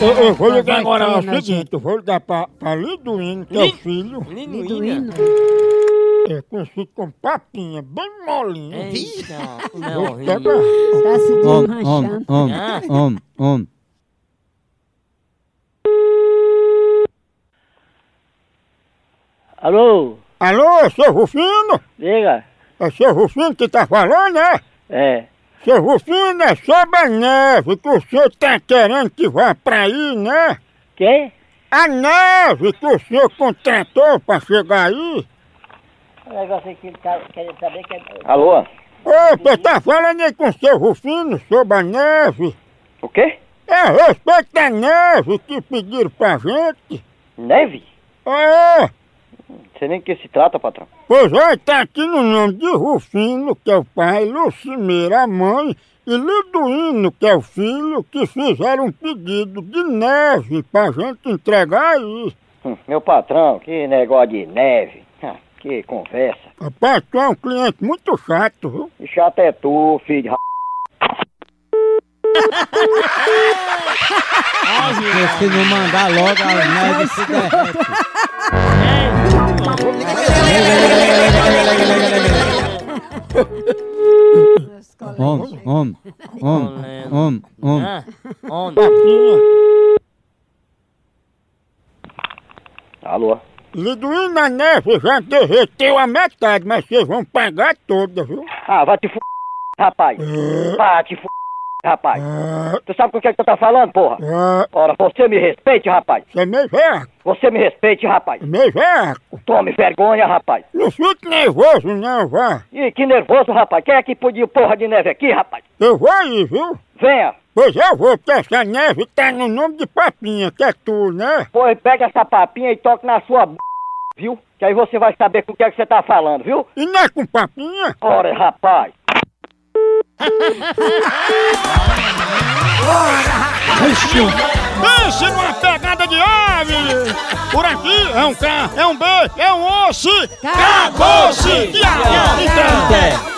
Eu, eu vou ligar Vai agora é o aqui, né, seguinte, gente? eu vou ligar pra, pra Liduíno, que é o filho, Liduína. é conhecido como papinha, bem molinho. Eita, Vou não, ficar ri. com- Tá se Om, om, desmanchando. om, Ah. om, om. Alô, Alô, seu Rufino? diga. É seu Rufino que tá falando, né? É, Seu Rufino, é sobre a neve que o senhor tá querendo que vá pra aí, né? quem? A neve que o senhor contratou pra chegar aí. O negócio aqui tá querendo saber que é... Alô, Opa, tá falando aí com o seu Rufino sobre a neve. o quê? É a respeito da neve que pediram pra gente. Neve? É, Não sei nem o que se trata, patrão. pois é, tá aqui no nome de Rufino, que é o pai, Lucimeira, a mãe, e Liduíno, que é o filho, que fizeram um pedido de neve pra gente entregar aí. Hum, Meu patrão, que negócio de neve. Ah, Que conversa. Rapaz, tu é um cliente muito chato, viu? E chato é tu, filho de ra... Se não mandar logo, a neve se derrete. Os colegas Om, om, om, om, om. Ah, on. Papinha. Alô, Liduíno, a neve já derreteu a metade, mas vocês vão pagar toda, viu? Ah, vai te f... rapaz. Vai te f... rapaz. Ah, Tu sabe com o que, é que tu tá falando, porra? ah, Ora, você me respeite, rapaz. você é meio veaco, Você me respeite, rapaz. meio veaco. Tome vergonha, rapaz. Não fique nervoso não, vá. Ih, que nervoso, rapaz. Quem é que pediu porra de neve aqui, rapaz? Eu vou aí, viu? Venha. Pois eu vou, porque essa neve tá no nome de papinha, que é tu, né? Pois pega essa papinha e toque na sua b... viu? Que aí você vai saber com o que é que você tá falando, viu? E não é com papinha? Ora, rapaz. Pense numa pegada de ave! Por aqui é um K, é um B, é um osso! Acabou-se! Então...